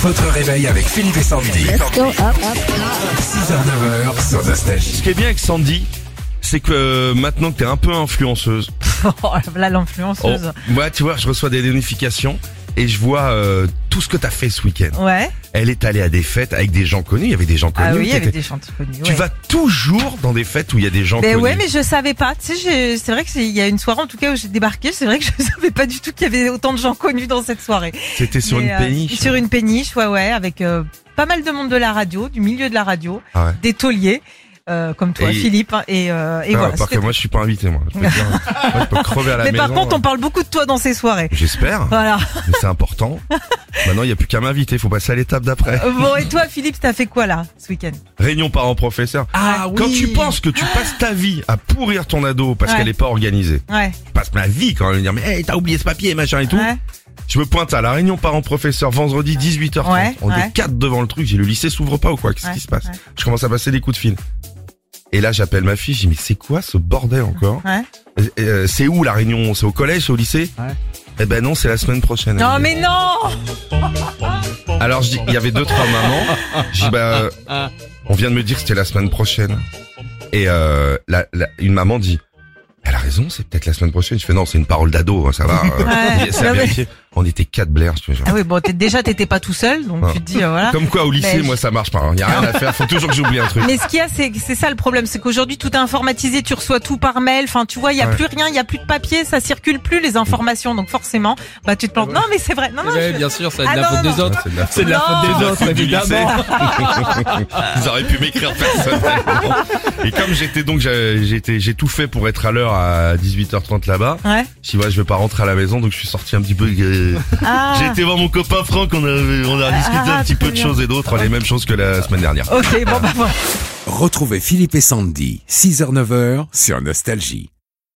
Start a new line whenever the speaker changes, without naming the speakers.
Votre réveil avec Philippe et Sandy. 6h, 9h sur Nostalgie.
Ce qui est bien avec Sandy, c'est que euh, maintenant que t'es un peu influenceuse.
Oh, là,
Oh,
l'influenceuse.
ouais, tu vois, je reçois des notifications et je vois euh, tout ce que t'as fait ce week-end.
Ouais.
Elle est allée à des fêtes avec des gens connus. Il y avait des gens connus.
Ah oui, il
qui
y avait
étaient-
des chanteurs connus.
Tu
ouais.
vas toujours dans des fêtes où il y a des gens
Ben
connus.
ouais, mais je savais pas. Tu sais, j'ai- c'est vrai que c'est- il y a une soirée en tout cas où j'ai débarqué. C'est vrai que je savais pas du tout qu'il y avait autant de gens connus dans cette soirée.
C'était sur
Mais,
une
euh,
péniche.
Sur une péniche, ouais, ouais, avec euh, pas mal de monde de la radio, du milieu de la radio,
Ah ouais.
des tauliers. euh, comme toi,
Et-
Philippe, hein, et, euh, et
Non,
voilà.
Ah, parce que
c'était-
moi, je suis pas invité, moi. Je peux, te dire, moi, je peux crever à la
Mais
maison. hein.
par contre, on parle beaucoup de toi dans ces soirées.
J'espère.
Voilà.
mais c'est important. Maintenant, il n'y a plus qu'à m'inviter. Faut passer à l'étape d'après.
Bon, et toi, Philippe, t'as fait quoi là ce week-end
Réunion parents-professeurs.
Ah
Quand tu penses que tu passes ta vie à pourrir ton ado parce
Ouais.
qu'elle est pas organisée,
Ouais.
je passe ma vie quand même à dire mais hey, t'as oublié ce papier machin et tout.
ouais.
Je me pointe à la réunion parents professeurs vendredi 18h30.
Ouais,
On
ouais.
est quatre devant le truc. J'ai le lycée s'ouvre pas ou quoi Qu'est-ce
Ouais,
qui se passe
ouais.
Je commence à passer des coups de fil. Et là j'appelle ma fille. Je dis mais c'est quoi ce bordel encore
Ouais.
Euh, C'est où la réunion C'est au collège C'est au lycée
Ouais.
Eh ben non, c'est la semaine prochaine.
Non, mais non
Alors je dis, il y avait deux trois mamans. Je dis bah, euh, on vient de me dire que c'était la semaine prochaine. Et euh, la- la- une maman dit, elle a raison, c'est peut-être la semaine prochaine. Je fais non, c'est une parole d'ado, hein, ça va. euh,
Ouais.
c'est à
Non, mais-
vérifier. On était quatre blaires. je te jure.
Ah oui, bon, t'es- déjà, t'étais pas tout seul, donc
Non.
tu te dis, euh, voilà.
Comme quoi au lycée,
Mais-
moi ça marche pas. Il y a rien à faire. Faut toujours que j'oublie un truc.
Mais ce qu'il y a, c'est c'est ça le problème, c'est qu'aujourd'hui tout est informatisé, tu reçois tout par mail, enfin tu vois, il y a
Ouais.
plus rien, il y a plus de papier, ça circule plus les informations, donc forcément, bah tu te plantes. Non mais c'est vrai,
Eh
non non,
ben,
je-
Eh ben, bien sûr, ça va
Ah
être de la
non,
faute
non,
des
Ouais,
autres.
c'est de la faute.
C'est de la faute des
La
autres,
faute du
évidemment.
lycée. Ils auraient pu m'écrire personnellement. Et comme j'étais donc, j'ai- j'étais, j'ai tout fait pour être à l'heure à 18h30 là-bas.
ouais.
Je dis, ouais, je vais pas rentrer à la maison, donc je suis sorti un petit peu. euh,
Ah.
J'ai été voir mon copain Franck, on a, on a discuté
Ah,
un petit
très
peu de
bien.
choses et d'autres, les mêmes choses que la semaine dernière.
Ok, bon bah voilà.
Retrouvez Philippe et Sandy, 6h, 9h sur Nostalgie.